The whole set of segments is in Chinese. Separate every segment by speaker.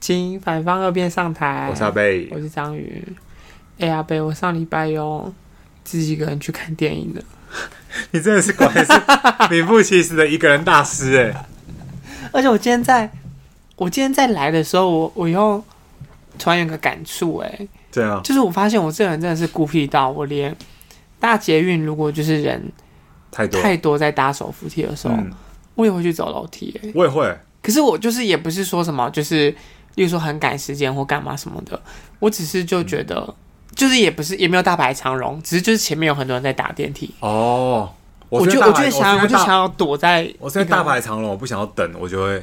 Speaker 1: 请反方二辩上台。
Speaker 2: 哎我是阿贝
Speaker 1: 我，是章鱼。哎、阿贝，我上礼拜有自己一个人去看电影的。
Speaker 2: 你真的是果然是名副其实的一个人大师 哎。
Speaker 1: 而且我今天在，我今天在来的时候，我我又突然有个感触，哎，
Speaker 2: 这样
Speaker 1: 就是我发现我这个人真的是孤僻到我连搭捷运，如果就是人
Speaker 2: 太多了，
Speaker 1: 太多在搭手扶梯的时候，
Speaker 2: 嗯，
Speaker 1: 我也会去走楼梯，哎，
Speaker 2: 我也会，
Speaker 1: 可是我就是也不是说什么，就是例如说很赶时间或干嘛什么的，我只是就觉得。就是也不是也没有大排长龙，只是就是前面有很多人在打电梯，
Speaker 2: 哦，
Speaker 1: 我就
Speaker 2: 觉得
Speaker 1: 我就
Speaker 2: 大排
Speaker 1: 会想要我
Speaker 2: 我
Speaker 1: 就想要躲在
Speaker 2: 我现在大排长龙，我不想要等，我就会，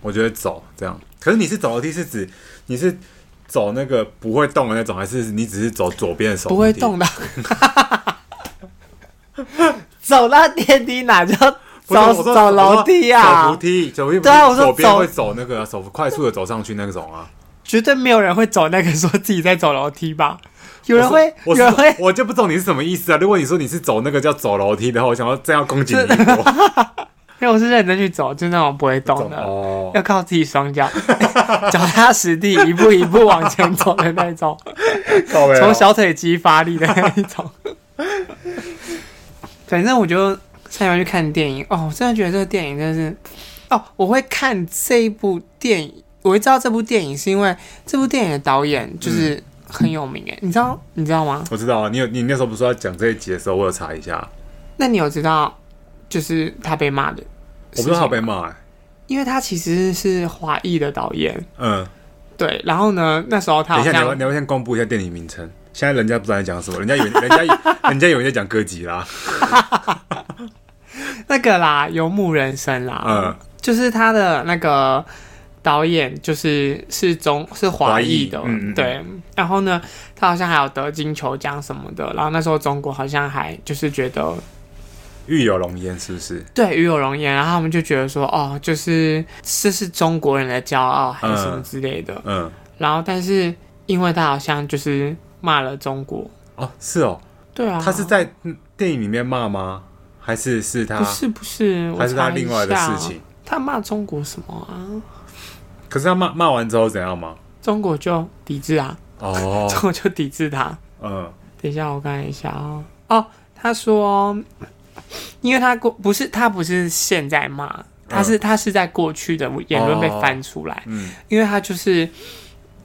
Speaker 2: 我就会走这样。可是你是走楼梯是指你是走那个不会动的那种，还是你只是走左边的手？
Speaker 1: 不会动，的， 走到电梯哪就
Speaker 2: 不是
Speaker 1: 走
Speaker 2: 我说
Speaker 1: 走楼梯
Speaker 2: 走
Speaker 1: 啊
Speaker 2: 楼，梯，走楼梯不是。
Speaker 1: 对啊我说
Speaker 2: 左边
Speaker 1: 走
Speaker 2: 会走那个啊手快速的走上去那种啊。
Speaker 1: 绝对没有人会走那个说自己在走楼梯吧？有人会，
Speaker 2: 我
Speaker 1: 有
Speaker 2: 是
Speaker 1: 人会，
Speaker 2: 我就不懂你是什么意思啊。如果你说你是走那个叫走楼梯的话，我想要这样攻击你一 波。
Speaker 1: 因为我是认真去走，就那种不会动的，
Speaker 2: 哦，
Speaker 1: 要靠自己双脚，脚踏实地，一步一步往前走的那 种，从
Speaker 2: 从
Speaker 1: 小腿肌发力的那一种。 反正我就上班去看电影哦，我真的觉得这个电影真的是哦，我会看这一部电影，我会知道这部电影是因为这部电影的导演
Speaker 2: 嗯
Speaker 1: 就是很有名哎、你知道你知道吗？
Speaker 2: 我知道啊，你有你那时候不是说要讲这一集的时候，我有查 一下，
Speaker 1: 那你有知道就是他被骂的？
Speaker 2: 我不知道他有被，骂、欸，
Speaker 1: 因为他其实是华裔的导演，
Speaker 2: 嗯。
Speaker 1: 对。然后呢，那时候他
Speaker 2: 等
Speaker 1: 好
Speaker 2: 一下，你要
Speaker 1: 像
Speaker 2: 你要先公布一下店里名称。现在人家不知道你讲什么，人家以为人家以人家以为你在讲歌吉啦。
Speaker 1: 那个啦，游牧人生啦，
Speaker 2: 嗯，
Speaker 1: 就是他的那个导演就是是中是华裔的，
Speaker 2: 华裔嗯嗯嗯
Speaker 1: 对。然后呢，他好像还有得金球奖什么的。然后那时候中国好像还就是觉得
Speaker 2: 玉有龙烟是不是？
Speaker 1: 对与有荣焉，然后他们就觉得说哦，就是这是中国人的骄傲还是什么
Speaker 2: 嗯
Speaker 1: 之类的。
Speaker 2: 嗯，
Speaker 1: 然后但是因为他好像就是骂了中国，
Speaker 2: 哦，是哦，
Speaker 1: 对啊，
Speaker 2: 他是在嗯电影里面骂吗？还是是他
Speaker 1: 不？是不是，我
Speaker 2: 还是
Speaker 1: 查
Speaker 2: 他
Speaker 1: 一
Speaker 2: 另外的
Speaker 1: 下哦啊
Speaker 2: 事情？
Speaker 1: 他骂中国什么啊？
Speaker 2: 可是他骂骂完之后怎样吗？
Speaker 1: 中国就抵制啊，
Speaker 2: 哦，
Speaker 1: 中国就抵制他。
Speaker 2: 嗯，
Speaker 1: 等一下，我看一下哦。哦，他说，因为他过不是他不是现在
Speaker 2: 嗯
Speaker 1: 骂，他是、他是在过去的言论被翻出来，
Speaker 2: 嗯
Speaker 1: 因为他就是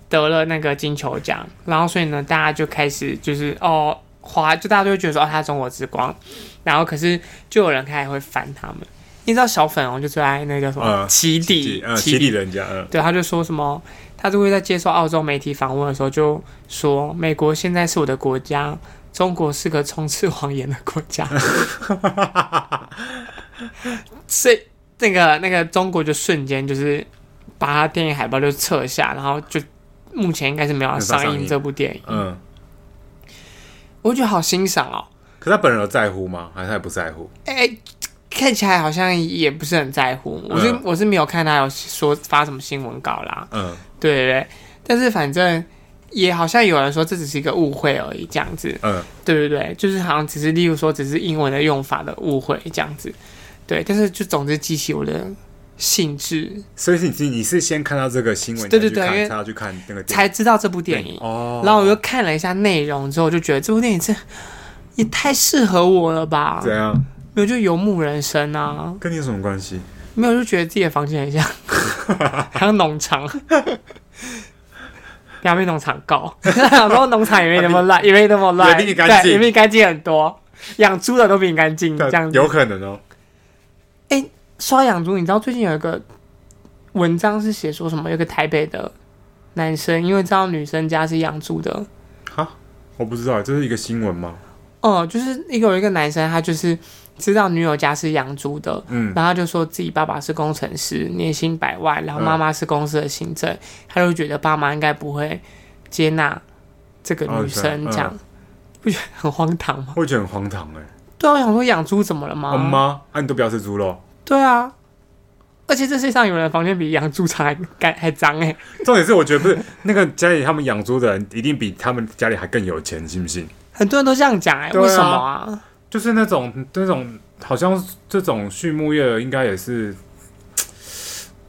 Speaker 1: 得了那个金球奖，然后所以呢，大家就开始就是哦。华就大家都会觉得说哦，他是中国之光，然后可是就有人开始会烦他们。你知道小粉红就最爱那个叫什么
Speaker 2: 嗯
Speaker 1: 起
Speaker 2: 起
Speaker 1: 底
Speaker 2: 嗯，，
Speaker 1: 起
Speaker 2: 起底人 家，嗯，
Speaker 1: 对，他就说什么，他就会在接受澳洲媒体访问的时候就说，美国现在是我的国家，中国是个充斥谎言的国 家，所以那个那个中国就瞬间就是把他电影海报就撤下，然后就目前应该是没有要
Speaker 2: 没有上
Speaker 1: 上映
Speaker 2: 映
Speaker 1: 这部电影，
Speaker 2: 嗯。
Speaker 1: 我觉得好欣赏哦，
Speaker 2: 可他本人有在乎吗？还是他也不在乎？
Speaker 1: 哎、看起来好像也不是很在乎，我是、
Speaker 2: 嗯
Speaker 1: 我是没有看他有说发什么新闻稿啦，
Speaker 2: 嗯，
Speaker 1: 对对对，但是反正也好像有人说这只是一个误会而已，这样子。
Speaker 2: 嗯，
Speaker 1: 对对对，就是好像只是例如说只是英文的用法的误会这样子。对，但是就总之激起我的兴致，
Speaker 2: 所以是你你是先看到这个新闻，
Speaker 1: 对对
Speaker 2: 你才去
Speaker 1: 对因为
Speaker 2: 看才要去看那个电
Speaker 1: 才知道这部电
Speaker 2: 影
Speaker 1: 影。
Speaker 2: 哦，
Speaker 1: 然后我又看了一下内容之后，就觉得这部电影这也太适合我了吧？
Speaker 2: 怎样？
Speaker 1: 没有就游牧人生啊，
Speaker 2: 跟你有什么关系？
Speaker 1: 没有就觉得自己的房间 很像，好像农场，不要被农场告。 然后农场也没那么乱，也没那么乱，
Speaker 2: 也比你干净
Speaker 1: 对也比你干净很多。养猪的都比你干净，这样子。
Speaker 2: 有可能哦。
Speaker 1: 说到养猪，你知道最近有一个文章是写说什么？有一个台北的男生，因为知道女生家是养猪的，
Speaker 2: 哈，我不知道，这是一个新闻吗？
Speaker 1: 哦、就是一个有一个男生，他就是知道女友家是养猪的，
Speaker 2: 嗯，
Speaker 1: 然后他就说自己爸爸是工程师，年薪百万，然后
Speaker 2: 嗯
Speaker 1: 妈妈是公司的行政，他就觉得爸妈应该不会接纳这个
Speaker 2: 哦
Speaker 1: 女
Speaker 2: 是啊
Speaker 1: 生，
Speaker 2: 嗯
Speaker 1: 这样、不觉得很荒唐吗？
Speaker 2: 我觉得很荒唐哎、
Speaker 1: 对啊，我想说养猪怎么了吗？
Speaker 2: 啊妈，啊你都不要吃猪肉，
Speaker 1: 对啊，而且这世界上有人的房间比养猪场还干还脏哎、
Speaker 2: 重点是我觉得不是那个家里他们养猪的人一定比他们家里还更有钱，信不信？
Speaker 1: 很多人都这样讲哎、
Speaker 2: 对啊
Speaker 1: 为什么啊？
Speaker 2: 就是那种那种好像这种畜牧业应该也是，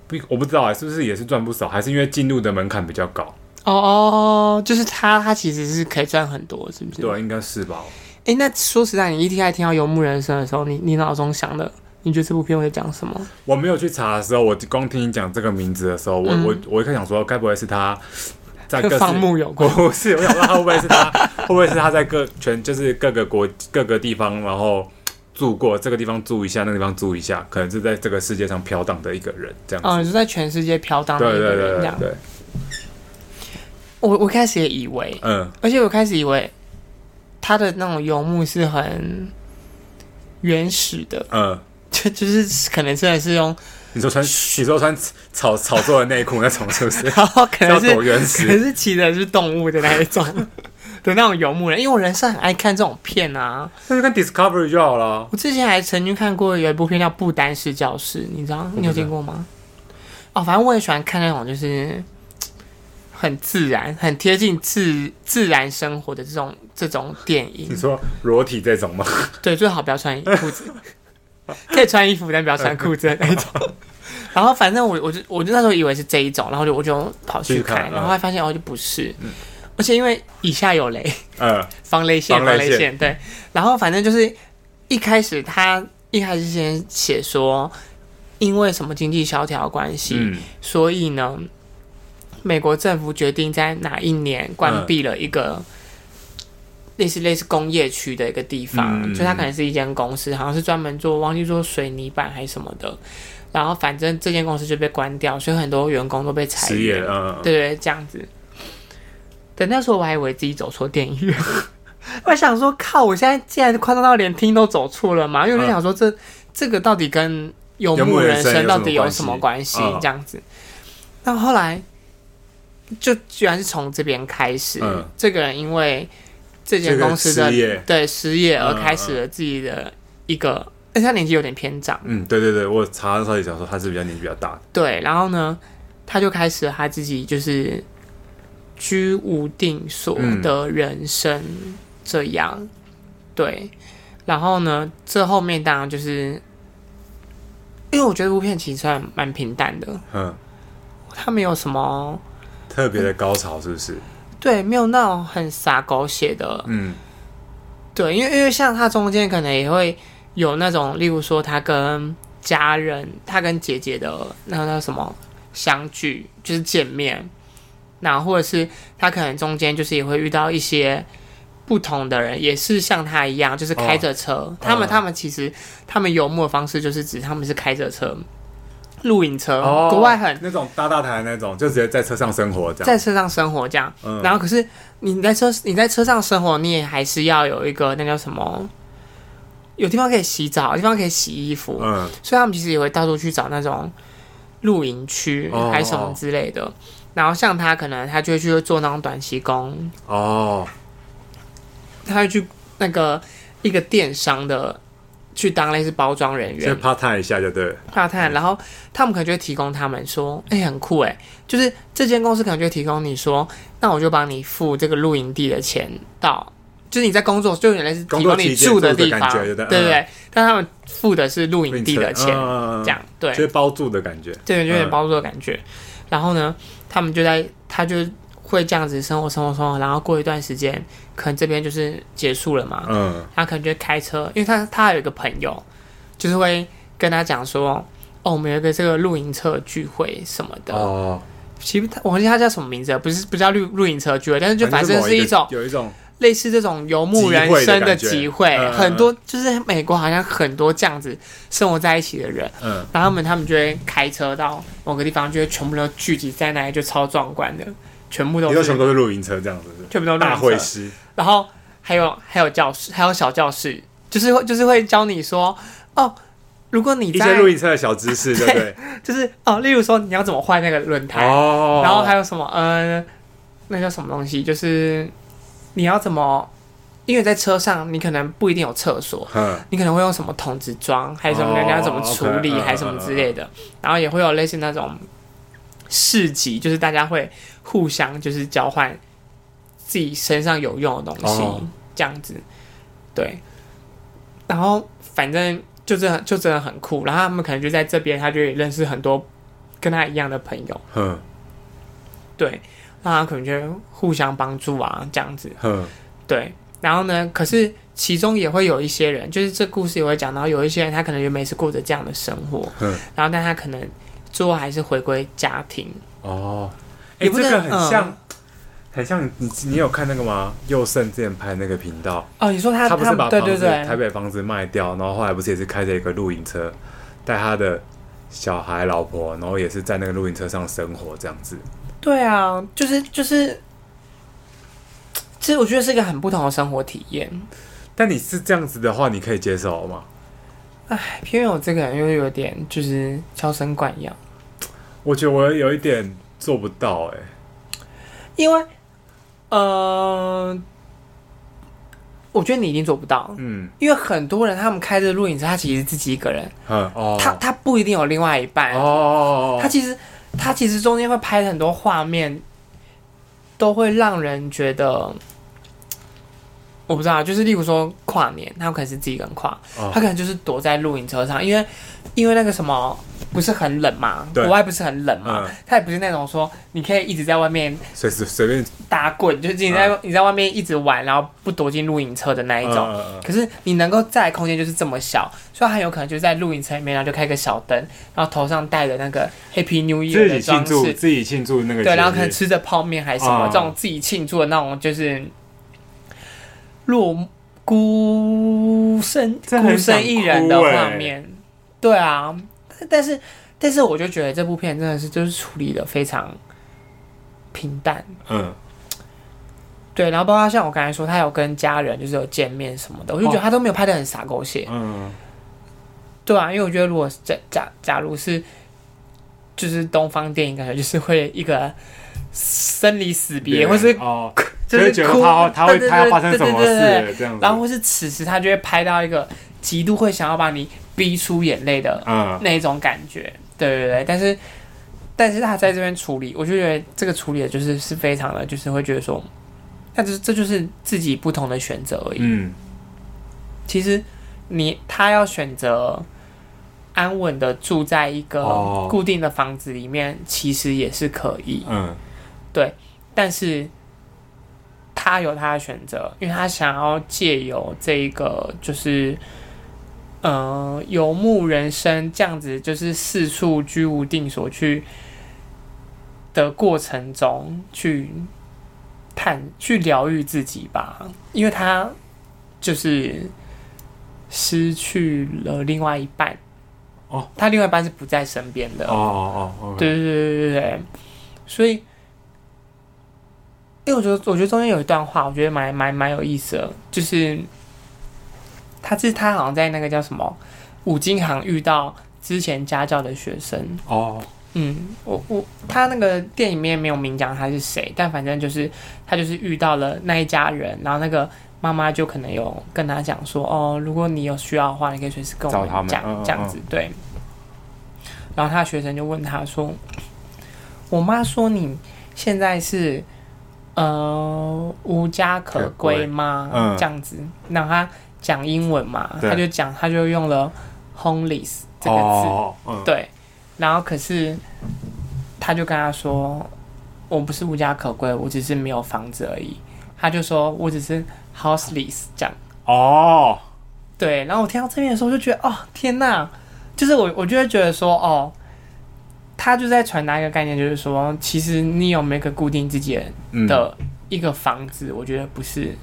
Speaker 2: 不，我不知道哎、是不是也是赚不少，还是因为进入的门槛比较高？
Speaker 1: 哦哦，就是他，他其实是可以赚很多，是不是？。
Speaker 2: 对，应该是吧。
Speaker 1: 哎、那说实在，你一 t i 听到《游牧人生》的时候，你你脑中想的，你觉得这部片会讲什么？
Speaker 2: 我没有去查的时候，我光听你讲这个名字的时候，我、我我一开始想说，该不会是他在各
Speaker 1: 跟
Speaker 2: 式
Speaker 1: 嗯放牧有
Speaker 2: 我
Speaker 1: 关？
Speaker 2: 不是，我想说他会不会是他，会不会是他在各全就是各个国各个地方，然后住过这个地方住一下，那个地方住一下，可能是在这个世界上飘荡的一个人这样子。
Speaker 1: 哦，你说在全世界飘荡的
Speaker 2: 对
Speaker 1: 一个
Speaker 2: 对
Speaker 1: 人
Speaker 2: 对
Speaker 1: 这
Speaker 2: 对
Speaker 1: 样。
Speaker 2: 对，
Speaker 1: 我我开始也以为，
Speaker 2: 嗯，
Speaker 1: 而且我开始以为他的那种游牧是很原始的，
Speaker 2: 嗯，
Speaker 1: 就就是可能真的是用，
Speaker 2: 你说穿你说穿草草做的内裤那种是 不是？
Speaker 1: 然后可能
Speaker 2: 要
Speaker 1: 是
Speaker 2: 多原
Speaker 1: 可
Speaker 2: 始
Speaker 1: 能是骑的是动物的那一种 的那种游牧人，因为我人生很爱看这种片啊。
Speaker 2: 那就看 Discovery 就好了。
Speaker 1: 我之前还曾经看过有一部片叫《不丹式教室》，你知道？
Speaker 2: 知道
Speaker 1: 你有听过吗？哦，反正我也喜欢看那种就是嘖很自然、很贴近自自然生活的这种这种电影
Speaker 2: 你。说裸体这种吗？
Speaker 1: 对，最好不要穿裤子， 可以穿衣服，但不要穿裤子的那种。然后反正我我就我就那时候以为是这一种，然后就我就跑去
Speaker 2: 去看啊
Speaker 1: 看，然后后来发现哦就不是，而且因为以下有雷，
Speaker 2: 嗯，
Speaker 1: 防雷线，
Speaker 2: 防
Speaker 1: 防
Speaker 2: 雷
Speaker 1: 雷
Speaker 2: 线
Speaker 1: 线，对。然后反正就是一开始他一开始先写说，因为什么经济萧条的关系，
Speaker 2: 嗯
Speaker 1: 所以呢，美国政府决定在哪一年关闭了一个类似类似工业区的一个地方，
Speaker 2: 嗯
Speaker 1: 就它可能是一间公司，好像是专门做忘记做水泥板还是什么的。然后反正这间公司就被关掉，所以很多员工都被裁
Speaker 2: 失业
Speaker 1: 员。
Speaker 2: 了，嗯，
Speaker 1: 对对，对这样子。等那时候我还以为自己走错电影院， 我想说靠，我现在竟然夸张到连听都走错了嘛，因为我就想说这、这个到底跟游
Speaker 2: 游
Speaker 1: 牧
Speaker 2: 牧人
Speaker 1: 人
Speaker 2: 生
Speaker 1: 生
Speaker 2: 有
Speaker 1: 到
Speaker 2: 什么
Speaker 1: 底嗯有
Speaker 2: 关
Speaker 1: 什么
Speaker 2: 系
Speaker 1: 关系
Speaker 2: 嗯
Speaker 1: 这样子。那后来就居然是从这边开始，
Speaker 2: 嗯
Speaker 1: 这个人因为这间
Speaker 2: 这个
Speaker 1: 公司的
Speaker 2: 失业
Speaker 1: 对失业而
Speaker 2: 嗯
Speaker 1: 开始了自己的一个，而且他年纪有点偏长，
Speaker 2: 嗯，对对对，我查的时候也想说他是比较年纪比较大的，
Speaker 1: 对，然后呢，他就开始了他自己就是居无定所的人生，这样、对。然后呢，这后面当然就是，因为我觉得这部片其实算蛮平淡的，
Speaker 2: 嗯，
Speaker 1: 它没有什么
Speaker 2: 特别的高潮是不是？
Speaker 1: 对，没有那种很洒狗血的，
Speaker 2: 嗯，
Speaker 1: 对，因为因为像他中间可能也会有那种，例如说他跟家人，他跟姐姐的那那什么相聚，就是见面，那或者是他可能中间就是也会遇到一些不同的人，也是像他一样，就是开着车，他们、
Speaker 2: 嗯
Speaker 1: 他们其实他们游牧的方式就是指他们是开着车，露营车，
Speaker 2: 哦，
Speaker 1: 国外很。
Speaker 2: 那种搭大台那种，就直接在车上生活这样。
Speaker 1: 在车上生活这样，
Speaker 2: 嗯
Speaker 1: 然后可是你在车你在车上生活，你也还是要有一个那叫什么，有地方可以洗澡，有地方可以洗衣服，
Speaker 2: 嗯，
Speaker 1: 所以他们其实也会到处去找那种露营区
Speaker 2: 哦
Speaker 1: 还是什么之类的。然后像他可能他就会去做那种短期工，
Speaker 2: 哦，
Speaker 1: 他会去那个一个电商的去当类似包装人
Speaker 2: 先
Speaker 1: 员，
Speaker 2: 怕探一下就对了。
Speaker 1: 怕探，然后他们可能就会提供他们说，哎、很酷哎，就是这间公司可能就会提供你说，那我就帮你付这个露营地的钱到，就是你在工作，就原来是提
Speaker 2: 工作
Speaker 1: 供
Speaker 2: 期
Speaker 1: 你
Speaker 2: 间
Speaker 1: 住的
Speaker 2: 住的
Speaker 1: 地方，
Speaker 2: 感觉
Speaker 1: 对
Speaker 2: 对
Speaker 1: 不对？但他们付的是露营地的钱，
Speaker 2: 嗯嗯嗯嗯
Speaker 1: 这样对，
Speaker 2: 就是包住的感觉。
Speaker 1: 对，就有点
Speaker 2: 嗯
Speaker 1: 包住的感觉。然后呢，他们就在他就会这样子生活生活生活，然后过一段时间，可能这边就是结束了嘛，
Speaker 2: 嗯，
Speaker 1: 他可能就会开车，因为他他还有一个朋友，就是会跟他讲说，哦，我们有一个这个露营车聚会什么的。
Speaker 2: 哦，
Speaker 1: 其实他我忘记他叫什么名字了，不是不叫露露营车聚会，但是就反正
Speaker 2: 某
Speaker 1: 是
Speaker 2: 个
Speaker 1: 一种
Speaker 2: 有一种
Speaker 1: 类似这种游牧人生的集
Speaker 2: 集会
Speaker 1: 会，
Speaker 2: 的感觉嗯
Speaker 1: 很多就是美国好像很多这样子生活在一起的人，
Speaker 2: 嗯，
Speaker 1: 然后他们他们就会开车到某个地方，就会全部都聚集在那里，就超壮观的，全部
Speaker 2: 你
Speaker 1: 都
Speaker 2: 说
Speaker 1: 是
Speaker 2: 全部都是露营车这样子，是
Speaker 1: 全部都是
Speaker 2: 大
Speaker 1: 露营
Speaker 2: 会
Speaker 1: 车
Speaker 2: 师，
Speaker 1: 然后还有还有教室，还有小教室，就是会就是会教你说哦，如果你
Speaker 2: 一些
Speaker 1: 在
Speaker 2: 露营车的小知 识，对不对？
Speaker 1: 就是哦，例如说你要怎么换那个轮胎，
Speaker 2: 哦，
Speaker 1: 然后还有什么呃，那叫什么东西，就是你要怎么，因为在车上你可能不一定有厕所，
Speaker 2: 嗯，
Speaker 1: 你可能会用什么桶子装，还有什么
Speaker 2: 哦
Speaker 1: 人家怎么处理
Speaker 2: OK，嗯
Speaker 1: 还是什么之类的。然后也会有类似那种市集，就是大家会互相就是交换自己身上有用的东西，
Speaker 2: 哦
Speaker 1: 这样子。对，然后反正就真的就真的很酷。然后他们可能就在这边，他就也认识很多跟他一样的朋友，
Speaker 2: 哼
Speaker 1: 对，那他可能就会互相帮助啊，这样子，
Speaker 2: 哼，
Speaker 1: 对。然后呢，可是其中也会有一些人，就是这故事也会讲到，有一些人他可能原本是过着这样的生活，
Speaker 2: 嗯
Speaker 1: 然后但他可能最后还是回归家庭，
Speaker 2: 哦，
Speaker 1: 也
Speaker 2: 哎、这
Speaker 1: 不能
Speaker 2: 个很
Speaker 1: 嗯
Speaker 2: 像，很像你你有看那个吗？佑胜之前拍那个频道，
Speaker 1: 哦，你说他
Speaker 2: 他不是把
Speaker 1: 对
Speaker 2: 房
Speaker 1: 对
Speaker 2: 子台
Speaker 1: 对，
Speaker 2: 北房子卖掉，然后后来不是也是开着一个露营车，带他的小孩、老婆，然后也是在那个露营车上生活这样子。
Speaker 1: 对啊，就是就是，其实我觉得是一个很不同的生活体验。
Speaker 2: 但你是这样子的话，你可以接受吗？
Speaker 1: 哎，偏偏我这个人又有点就是娇生惯养，
Speaker 2: 我觉得我有一点做不到、哎，
Speaker 1: 因为呃，我觉得你一定做不到，
Speaker 2: 嗯，
Speaker 1: 因为很多人他们开着录影车，他其实自己一个人，
Speaker 2: 嗯，哦，
Speaker 1: 他他不一定有另外一半，
Speaker 2: 哦，
Speaker 1: 他其实他其实中间会拍很多画面，都会让人觉得。我不知道，就是例如说跨年，他们可能是自己一个人跨，
Speaker 2: 哦
Speaker 1: 他可能就是躲在露营车上，因为因为那个什么不是很冷嘛，
Speaker 2: 对
Speaker 1: 国外不是很冷嘛，
Speaker 2: 嗯
Speaker 1: 他也不是那种说你可以一直在外面
Speaker 2: 随时随便
Speaker 1: 打滚，就是你在、你在外面一直玩，然后不躲进露营车的那一种。
Speaker 2: 嗯嗯嗯
Speaker 1: 可是你能够在的空间就是这么小，所以他很有可能就在露营车里面，然后就开个小灯，然后头上戴着那个 Happy New
Speaker 2: 嗯
Speaker 1: Year
Speaker 2: 自
Speaker 1: 的
Speaker 2: 己庆
Speaker 1: 装
Speaker 2: 祝，
Speaker 1: 饰，
Speaker 2: 自己庆祝那个节
Speaker 1: 对，
Speaker 2: 日
Speaker 1: 然后可能吃着泡面还是什么、
Speaker 2: 嗯
Speaker 1: 这种自己庆祝的那种，就是落孤身
Speaker 2: 这
Speaker 1: 孤
Speaker 2: 很想
Speaker 1: 身一人的
Speaker 2: 哭欸
Speaker 1: 画面。对啊，但但是但是我就觉得这部片真的是就是处理的非常平淡。
Speaker 2: 嗯，
Speaker 1: 对，然后包括像我刚才说，他有跟家人就是有见面什么的，我就觉得
Speaker 2: 哦
Speaker 1: 他都没有拍的很洒狗血。
Speaker 2: 嗯，
Speaker 1: 对啊，因为我觉得如果是假假假如是就是东方电影，感觉就是会一个生离死别，或是
Speaker 2: 哦，
Speaker 1: 就
Speaker 2: 就是是觉得
Speaker 1: 哭
Speaker 2: 他他
Speaker 1: 对对对
Speaker 2: 会他要发生什么
Speaker 1: 对对对对
Speaker 2: 事这样子，
Speaker 1: 然后或是此时他就会拍到一个极度会想要把你逼出眼泪的
Speaker 2: 嗯，
Speaker 1: 那一种感觉。对对对，但是但是他在这边处理，我就觉得这个处理的就是是非常的，就是会觉得说，那这这就是自己不同的选择而已。
Speaker 2: 嗯
Speaker 1: 其实你他要选择安稳的住在一个
Speaker 2: 哦
Speaker 1: 固定的房子里面，其实也是可以，
Speaker 2: 嗯
Speaker 1: 但是他有他的选择，因为他想要借由这一个就是。呃，游牧人生这样子，就是四处居无定所去的过程中，去探去疗愈自己吧，因为他就是失去了另外一半，
Speaker 2: 哦，
Speaker 1: 他另外一半是不在身边的，
Speaker 2: 哦哦哦，
Speaker 1: 对对对对对对，所以，因为我觉得，我觉得中间有一段话，我觉得蛮蛮蛮有意思的，就是他是他好像在那个叫什么五金行遇到之前家教的学生，
Speaker 2: 哦，
Speaker 1: 嗯，我我他那个店里面没有明讲他是谁，但反正就是他就是遇到了那一家人，然后那个。妈妈就可能有跟他讲说，哦，如果你有需要的话，你可以随时跟我
Speaker 2: 找他们
Speaker 1: 讲，
Speaker 2: 嗯嗯
Speaker 1: 这样子对。然后他的学生就问他说：“我妈说你现在是呃无家可归吗？
Speaker 2: 嗯
Speaker 1: 这样子，让他讲英文嘛，
Speaker 2: 对
Speaker 1: 他就讲，他就用了 homeless 这个字，
Speaker 2: 哦嗯，
Speaker 1: 对。然后可是他就跟他说，我不是无家可归，我只是没有房子而已。他就说我只是 houseless 这样。
Speaker 2: 哦，
Speaker 1: 对，然后我听到这边的时候，我就觉得，哦，天呐，就是我，我就会觉得说，哦，他就在传达一个概念，就是说，其实你有没有一个固定自己
Speaker 2: 嗯，
Speaker 1: 的一个房子，我觉得不是。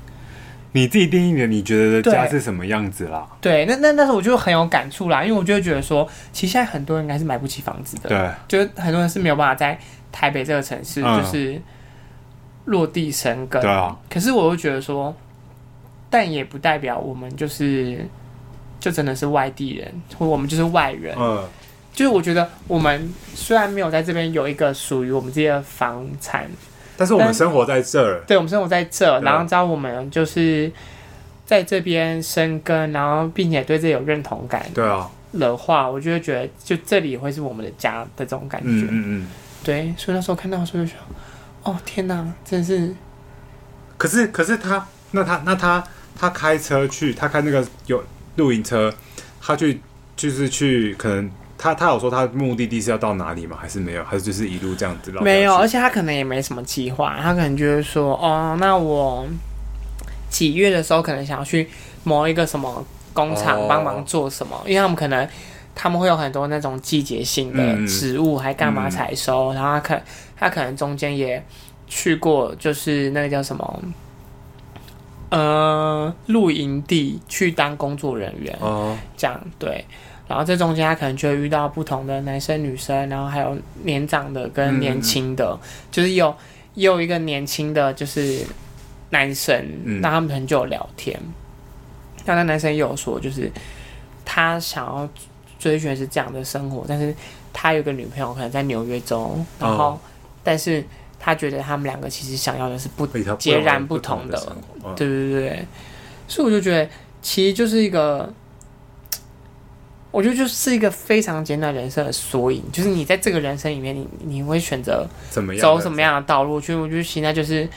Speaker 2: 你自己定义的，你觉得的家
Speaker 1: 对
Speaker 2: 是什么样子啦？
Speaker 1: 对，那那那时候我就很有感触啦，因为我就会觉得说，其实现在很多人应该是买不起房子的，
Speaker 2: 对，
Speaker 1: 就是很多人是没有办法在台北这个城市
Speaker 2: 嗯
Speaker 1: 就是落地生根。
Speaker 2: 对啊，
Speaker 1: 可是我又觉得说，但也不代表我们就是就真的是外地人，或我们就是外人。
Speaker 2: 嗯，
Speaker 1: 就是我觉得我们虽然没有在这边有一个属于我们自己的房产，
Speaker 2: 但是我们
Speaker 1: 但
Speaker 2: 生活在这儿，
Speaker 1: 对我们生活在这，
Speaker 2: 对啊
Speaker 1: 然后知道我们就是在这边生根，然后并且对这有认同感
Speaker 2: 对啊，
Speaker 1: 的话，我就会觉得就这里会是我们的家的这种感觉。
Speaker 2: 嗯嗯嗯。
Speaker 1: 对，所以那时候看到的时候就觉得，哦天哪，真是
Speaker 2: 可是可是他，那他那他他开车去，他开那个有露营车，他去就是去可能他他有说他目的地是要到哪里吗？还是没有？还是就是一路这样子绕下去？
Speaker 1: 没有，而且他可能也没什么计划，他可能就是说，哦，那我几月的时候可能想要去某一个什么工厂
Speaker 2: 哦
Speaker 1: 帮忙做什么，因为他们可能他们会有很多那种季节性的
Speaker 2: 嗯
Speaker 1: 植物，还干嘛采收，然后他可他可能中间也去过，就是那个叫什么。呃，露营地去当工作人员，
Speaker 2: 哦，
Speaker 1: 这样对。然后这中间他可能就会遇到不同的男生女生，然后还有年长的跟
Speaker 2: 嗯
Speaker 1: 年轻的，就是有也有一个年轻的就是男生，
Speaker 2: 嗯
Speaker 1: 那、他们可能就有聊天。那那男生也有说，就是他想要追寻的是这样的生活，但是他有个女朋友可能在纽约州，然后、
Speaker 2: 哦
Speaker 1: 但是他觉得他们两个其实想要的是不
Speaker 2: 而且他
Speaker 1: 截然
Speaker 2: 不
Speaker 1: 不同的
Speaker 2: 的生活，嗯
Speaker 1: 对对对对，所以我就觉得，其实就是一个，我觉得就是一个非常简短人生的缩影，就是你在这个人生里面你，你会选择
Speaker 2: 怎么样
Speaker 1: 走什么？样的道路？就我觉得其实那就是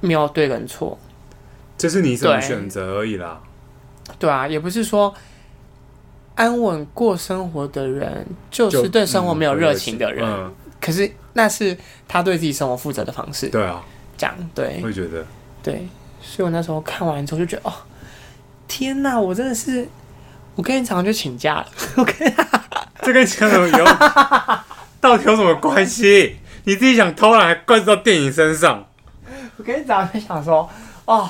Speaker 1: 没有对跟错，
Speaker 2: 就是你怎么
Speaker 1: 对
Speaker 2: 选择而已啦。
Speaker 1: 对啊，也不是说安稳过生活的人就是对生活没有热情的人，
Speaker 2: 嗯，
Speaker 1: 可是那是他对自己生活负责的方式，
Speaker 2: 对啊，
Speaker 1: 这样对。
Speaker 2: 会觉得
Speaker 1: 对，所以我那时候看完之后就觉得，哦，天哪，我真的是，我跟你常常就请假了。
Speaker 2: 这跟枪手有到底有什么关系？你自己想偷懒还怪到电影身上？
Speaker 1: 我跟你早上就想说，哦，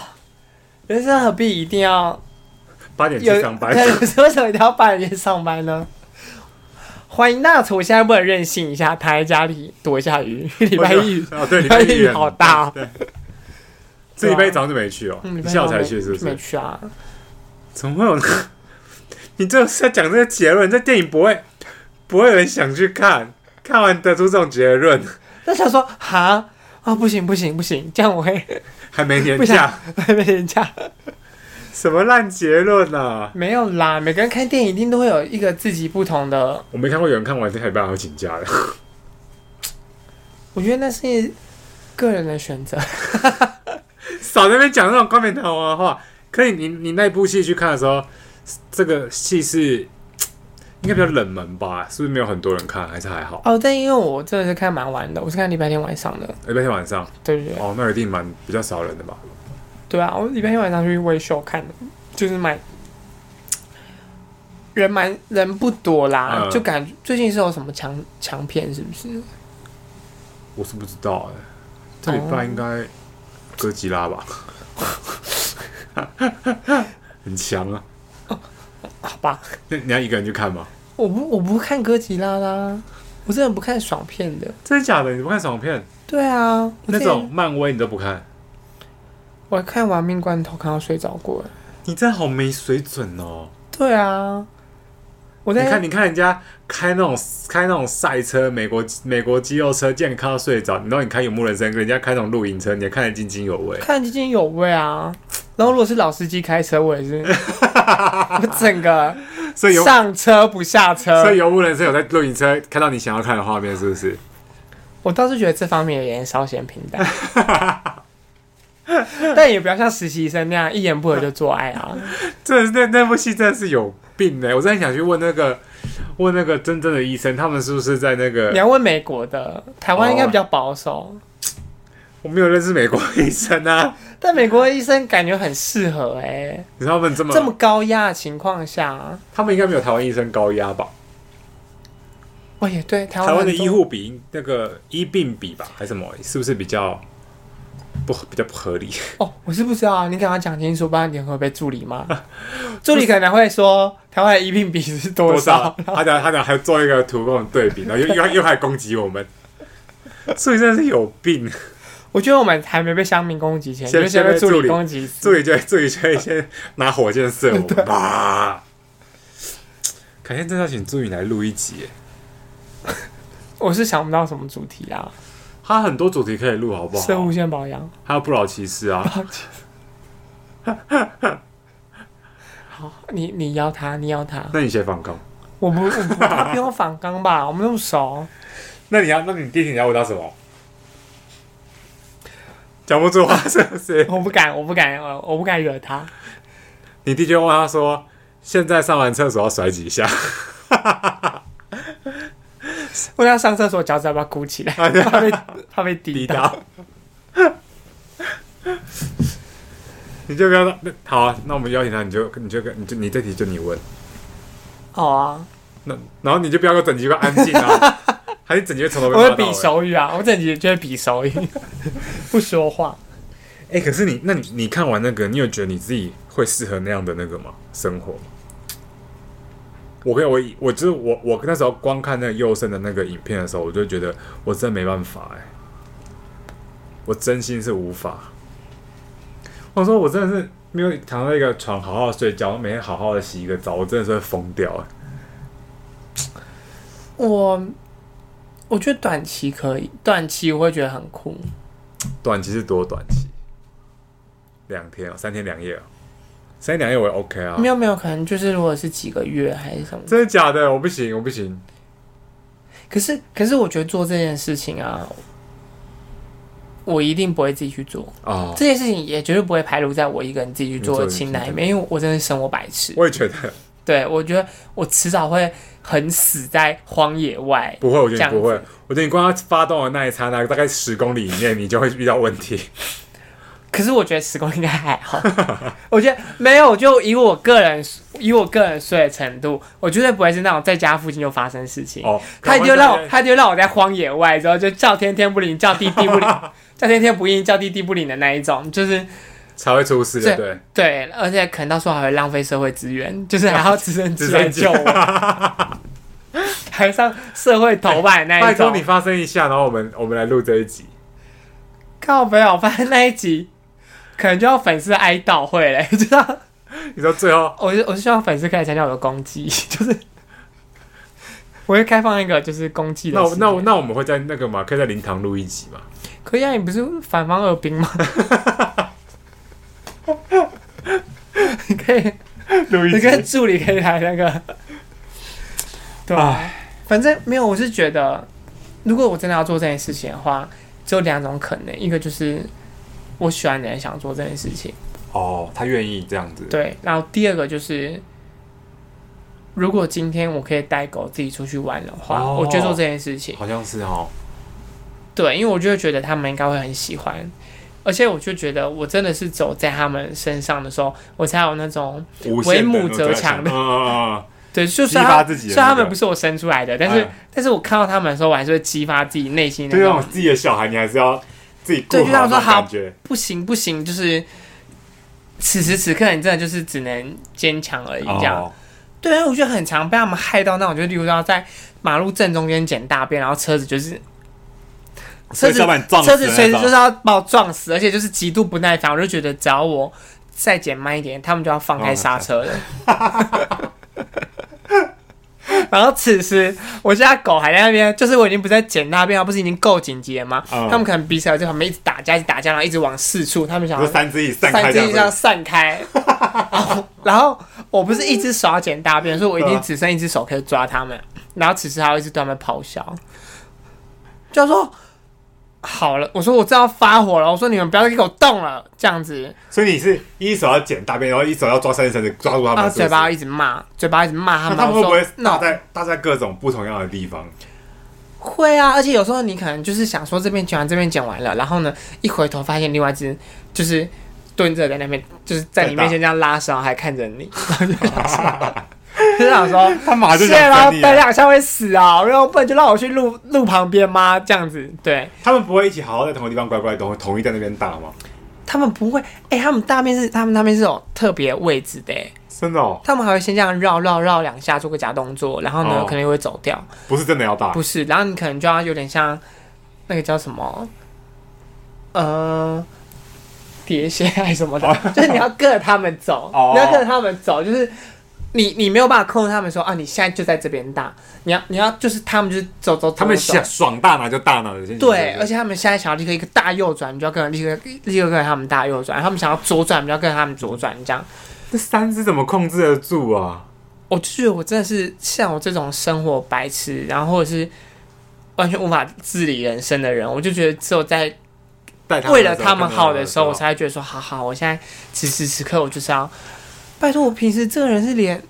Speaker 1: 人生何必一定要
Speaker 2: 八点去
Speaker 1: 有？
Speaker 2: 上班，
Speaker 1: 对，有时候为什么一定要半夜上班呢？欢迎大厨，现在不能任性一下，躺在家里躲一下 雨。礼拜一，
Speaker 2: 哦，对，
Speaker 1: 礼
Speaker 2: 礼
Speaker 1: 拜
Speaker 2: 拜
Speaker 1: 一
Speaker 2: 一
Speaker 1: 雨好大哦。
Speaker 2: 这礼拜一早上就没去哦，
Speaker 1: 嗯
Speaker 2: 你下午才去是不
Speaker 1: 没
Speaker 2: 是？
Speaker 1: 去啊？
Speaker 2: 怎么会有？ 你这是要讲这个结论，这电影不会不会有人想去看，看完得出这种结论，
Speaker 1: 那想说，哈啊，不行不行不行，这样我会
Speaker 2: 还没年
Speaker 1: 不想
Speaker 2: 假，
Speaker 1: 会被人 家
Speaker 2: 什么烂结论啊！
Speaker 1: 没有啦。每个人看电影一定都会有一个自己不同的
Speaker 2: 我没看过有人看完这礼拜还会请假的，
Speaker 1: 我觉得那是个人的选择。
Speaker 2: 少在那边讲那种冠冕堂皇的话。可以你，你那部戏去看的时候，这个戏是应该比较冷门吧？是不是没有很多人看，还是还好？
Speaker 1: 哦，但因为我真的是看蛮晚的，我是看礼拜天晚上的，
Speaker 2: 礼拜天晚上
Speaker 1: 对对对，
Speaker 2: 哦，那一定蛮比较少人的吧？
Speaker 1: 对啊，我礼拜天晚上去微秀看的，就是蛮人蛮人不多啦，
Speaker 2: 嗯
Speaker 1: 就感觉最近是有什么强强片是不是？
Speaker 2: 我是不知道哎、这礼拜应该哥吉拉吧？ 很强啊！
Speaker 1: 好吧，
Speaker 2: 那你要一个人去看吗？
Speaker 1: 我不我不看哥吉拉啦，我真的不看爽片的。
Speaker 2: 真的假的？你不看爽片？
Speaker 1: 对啊，我
Speaker 2: 那
Speaker 1: 之前
Speaker 2: 种漫威你都不看？
Speaker 1: 我还看《亡命关头》看到睡着过。
Speaker 2: 你真的好没水准哦！
Speaker 1: 对啊，我
Speaker 2: 你
Speaker 1: 在
Speaker 2: 看，你看人家开那种开那种赛车，美国美国肌肉车，竟然看到睡着。你知道你开游牧人生，人家开那种露营车，你也看得津津有味。
Speaker 1: 看津津有味啊。然后如果是老司机开车，我也 是，我整个
Speaker 2: 所以游，
Speaker 1: 上车不下
Speaker 2: 所以
Speaker 1: 车。
Speaker 2: 游牧人生有在露营车看到你想要看的画面，是不是？
Speaker 1: 我倒是觉得这方面有点稍显平淡，但也不要像实习生那样一言不合就做爱 啊。
Speaker 2: 这那那部戏真的是有病哎、我真的想去问那个问那个真正的医生，他们是不是在那
Speaker 1: 你
Speaker 2: 个？
Speaker 1: 要问美国的，台湾应该比较保
Speaker 2: 哦
Speaker 1: 守，
Speaker 2: 我没有认识美国医生啊，
Speaker 1: 但美国的医生感觉很适合哎、
Speaker 2: 你知道他们这么
Speaker 1: 这么高压的情况下，
Speaker 2: 他们应该没有台湾医生高压吧？
Speaker 1: 哦也对，台湾
Speaker 2: 台湾的
Speaker 1: 很多
Speaker 2: 医护比那个医病比吧，还是什么？是不是比较不比较不合理？
Speaker 1: 哦，我是不知道啊，你赶快讲清楚，不然你会被助理 骂。助理可能会说台湾的医病比是多
Speaker 2: 多
Speaker 1: 少
Speaker 2: 少？？他等下他等下还做一个图跟我们对比，然后又又又还攻击我们，所以真的是有病。
Speaker 1: 我觉得我们还没被乡民攻击前，
Speaker 2: 先
Speaker 1: 就先被助理攻击一次。
Speaker 2: 助理就助理就会先拿火箭射我们吧。改天真的要请助理来录一集耶，
Speaker 1: 我是想不到什么主题啊，
Speaker 2: 他很多主题可以录，好不
Speaker 1: 生物
Speaker 2: 好？
Speaker 1: 线保养。
Speaker 2: 还有不老骑士啊，
Speaker 1: 好，你你邀他，你邀他，
Speaker 2: 那你写反纲，
Speaker 1: 我不我不他不用反刚吧？ 我们那么熟，
Speaker 2: 那你要啊那你第一题你要回答什么？讲不出话是不是？
Speaker 1: 我不敢，我不敢，我我不敢惹他。
Speaker 2: 你弟就问他说：“现在上完厕所要甩几下？”
Speaker 1: 问他上厕所脚趾要不要鼓 起来，怕被怕被滴
Speaker 2: 滴
Speaker 1: 到。
Speaker 2: 答。 你就不要那好啊，那我们邀请他，你就你就跟你就你这题就你问，
Speaker 1: 好啊，
Speaker 2: 那然后你就不要给我整集个安 静啊，还是整集从头
Speaker 1: 我
Speaker 2: 被骂
Speaker 1: 会
Speaker 2: 到
Speaker 1: 比
Speaker 2: 尾
Speaker 1: 手语啊，我整集就会比手 语，不说话。
Speaker 2: 哎、可是你，那你你看完那个，你有觉得你自己会适合那样的那个吗？生活吗？我跟我我就是我我那时候光看那个佑胜的那个影片的时候，我就觉得我真没办法哎、我真心是无法。我说我真的是没有躺在一个床好好睡觉，每天好好的洗一个澡，我真的是会疯掉哎、
Speaker 1: 我我觉得短期可以，短期我会觉得很酷。
Speaker 2: 短期是多短期？两天哦、三天两夜哦、三天两夜我也 OK 啊。
Speaker 1: 没有没有，可能就是如果是几个月还是什么。
Speaker 2: 真的假的？我不行，我不行。
Speaker 1: 可是可是我觉得做这件事情啊，我一定不会自己去做。
Speaker 2: 哦，
Speaker 1: 这件事情也绝对不会排除在我一个人自己去做
Speaker 2: 你
Speaker 1: 的
Speaker 2: 做
Speaker 1: 清单里
Speaker 2: 你
Speaker 1: 面，因为我真的是生活白痴。
Speaker 2: 我也觉得。
Speaker 1: 对，我觉得我迟早会很死在荒野外。
Speaker 2: 不会，我觉
Speaker 1: 这
Speaker 2: 得
Speaker 1: 样
Speaker 2: 你不会
Speaker 1: 子。
Speaker 2: 我觉得你光它发动的那一刹那，大概十公里以内，你就会遇到问题。
Speaker 1: 可是我觉得时光应该还好。 我觉得没有，就以我个人以我个人睡的程度，我绝对不会是那种在家附近就发生事情。
Speaker 2: 哦，
Speaker 1: 他就让我，
Speaker 2: 他
Speaker 1: 他就让我在荒野外，之后就叫天天不灵，叫地地不 灵，叫天天不应，叫地地不灵的那一种，就是
Speaker 2: 才会出事，
Speaker 1: 对
Speaker 2: 对不对？
Speaker 1: 对，而且可能到时候还会浪费社会资源，就是还要直升机
Speaker 2: 直
Speaker 1: 来
Speaker 2: 升机
Speaker 1: 救我，还上社会头版那
Speaker 2: 拜
Speaker 1: 一
Speaker 2: 托
Speaker 1: 种。
Speaker 2: 你发生一下，然后我们我们来录这一集。
Speaker 1: 靠北哦，我发现那一集可能就要粉丝哀悼会嘞， 知道？
Speaker 2: 你说最 后
Speaker 1: 我是我是希望粉丝可以参加我的公祭，就是我会开放一个就是公祭的
Speaker 2: 那我
Speaker 1: 时间。
Speaker 2: 那我那我们会在那个嘛，可以在灵堂录一集嘛？
Speaker 1: 可以啊，你不是反方二兵吗？你可以，
Speaker 2: 录
Speaker 1: 你跟助理可以来那个，对吧、
Speaker 2: 啊
Speaker 1: 反正没有，我是觉得，如果我真的要做这件事情的话，只有两种可能，一个就是我喜欢的人想做这件事情，
Speaker 2: 哦，他愿意这样子。
Speaker 1: 对，然后第二个就是，如果今天我可以带狗自己出去玩的话，
Speaker 2: 哦
Speaker 1: 我就做这件事情。
Speaker 2: 好像是哦。
Speaker 1: 对，因为我就会觉得他们应该会很喜欢，而且我就觉得我真的是走在他们身上的时候，我才有那种
Speaker 2: 无限的
Speaker 1: 为母则强的
Speaker 2: 嗯嗯嗯
Speaker 1: 对，就
Speaker 2: 激
Speaker 1: 算
Speaker 2: 发
Speaker 1: 他
Speaker 2: 自己的
Speaker 1: 虽然
Speaker 2: 那
Speaker 1: 他
Speaker 2: 个
Speaker 1: 们不是我生出来的，但是、
Speaker 2: 哎
Speaker 1: 但是我看到他们的时候，我还是会激发自己内心
Speaker 2: 嗯，
Speaker 1: 的
Speaker 2: 对
Speaker 1: 那
Speaker 2: 那种
Speaker 1: 种
Speaker 2: 自己的小孩，你还是要自己顾
Speaker 1: 对就像
Speaker 2: 好
Speaker 1: 说
Speaker 2: 那种
Speaker 1: 好
Speaker 2: 感觉。
Speaker 1: 不行不行，就是此时此刻你真的就是只能坚强而已这样。
Speaker 2: 哦
Speaker 1: 对，我觉得很常被他们害到那种，就例如说在马路正中间捡大便，然后车子就是车
Speaker 2: 所以
Speaker 1: 子
Speaker 2: 要把你撞死
Speaker 1: 车子
Speaker 2: 那
Speaker 1: 随时
Speaker 2: 种
Speaker 1: 就是要把我撞死，而且就是极度不耐烦，我就觉得只要我再减慢一点，他们就要放
Speaker 2: 哦
Speaker 1: 开刹车了。 然后此时我家狗还在那边，就是我已经不在捡大便，它不是已经够紧急了吗？
Speaker 2: 嗯
Speaker 1: 他们可能彼此还在旁边一直打架，一直打架，然后一直往四处，他们想
Speaker 2: 你
Speaker 1: 要
Speaker 2: 说三只一散
Speaker 1: 啊三
Speaker 2: 开这
Speaker 1: 只这样
Speaker 2: 样子。
Speaker 1: 散开， 然后然后我不是一只手要捡大便，所以我一定只剩一只手可以抓他们，然后此时还会一直对他们咆哮，就说好了，我说我这要发火了，我说你们不要再给我动了，这样子，
Speaker 2: 所以你是一手要捡大便，然后一手要抓三只绳子抓住他
Speaker 1: 然
Speaker 2: 们
Speaker 1: 后
Speaker 2: 是不是，
Speaker 1: 啊嘴巴一直骂，嘴巴一直骂他
Speaker 2: 那
Speaker 1: 们，
Speaker 2: 他
Speaker 1: 然后
Speaker 2: 们会不
Speaker 1: 说
Speaker 2: 会搭
Speaker 1: no
Speaker 2: 在搭在各种不同样的地方？
Speaker 1: 会啊，而且有时候你可能就是想说这边剪完，这边剪完了，然后呢，一回头发现另外一只就是蹲着在那边，就是在你面前这样拉手，还看着 你， 然后就想说，就想说。
Speaker 2: 他马上啊就
Speaker 1: 谢啦
Speaker 2: 想整，你
Speaker 1: 等
Speaker 2: 了。
Speaker 1: 两下会死啊！然后不然就让我去路路旁边吗？这样子，对
Speaker 2: 他们不会一起好好在同个地方乖乖都会统一在那边打吗？
Speaker 1: 他们不会，哎、他们大便是他们那边是有特别位置的、哎
Speaker 2: 真的哦，
Speaker 1: 他们还会先这样绕绕绕两下做个假动作，然后呢、
Speaker 2: 哦
Speaker 1: 可能又会走掉，
Speaker 2: 不是真的要打
Speaker 1: 不是，然后你可能就要有点像那个叫什么，呃，碟仙还是什么的， 就是你要跟着他们走，
Speaker 2: 哦
Speaker 1: 你要跟着他们走，就是你你没有办法控制他们说啊，你现在就在这边打，你要你要就是他们就是走走走走，
Speaker 2: 他们想爽大拿就大拿的，先
Speaker 1: 对，而且他们现在想要立刻一个大右转，你就要跟着立刻立刻跟着他们大右转；他们想要左转，你就要跟着他们左转。这样，
Speaker 2: 这三只怎么控制得住啊？
Speaker 1: 我就觉得我真的是像我这种生活白痴，然后或者是完全无法自理人生的人，我就觉得只有在
Speaker 2: 带他们
Speaker 1: 为
Speaker 2: 的
Speaker 1: 了
Speaker 2: 时候
Speaker 1: 他们好的时候，我
Speaker 2: 看到
Speaker 1: 才会觉得说，好好，我现在此时此刻我就是要，拜托我平时这个人是连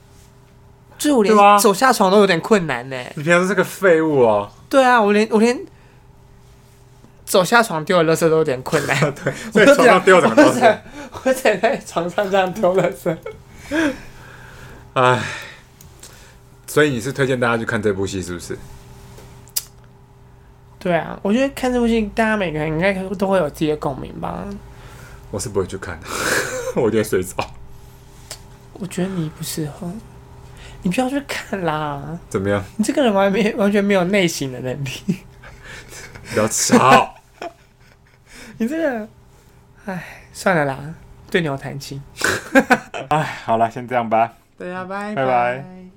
Speaker 1: 就是我连
Speaker 2: 对啊
Speaker 1: 走下床都有点困难呢、
Speaker 2: 你平常是个废物哦。
Speaker 1: 对啊，我连我连走下床丢的垃圾都有点困难。
Speaker 2: 对，所以床上丢什么
Speaker 1: 我
Speaker 2: 东
Speaker 1: 只
Speaker 2: 西？
Speaker 1: 能我只能在床上这样丢垃圾。
Speaker 2: 唉，所以你是推荐大家去看这部戏是不是？
Speaker 1: 对啊，我觉得看这部戏，大家每个人应该都会有自己的共鸣吧。
Speaker 2: 我是不会去看的， 我就会睡着。
Speaker 1: 我觉得你不适合，你不要去看啦。
Speaker 2: 怎么样？
Speaker 1: 你这个人完没完全没有内省的能力，
Speaker 2: 不要吵。
Speaker 1: 你这个，唉，算了啦，对牛弹琴。
Speaker 2: 好了，先这样吧。
Speaker 1: 对啊，拜
Speaker 2: 拜拜拜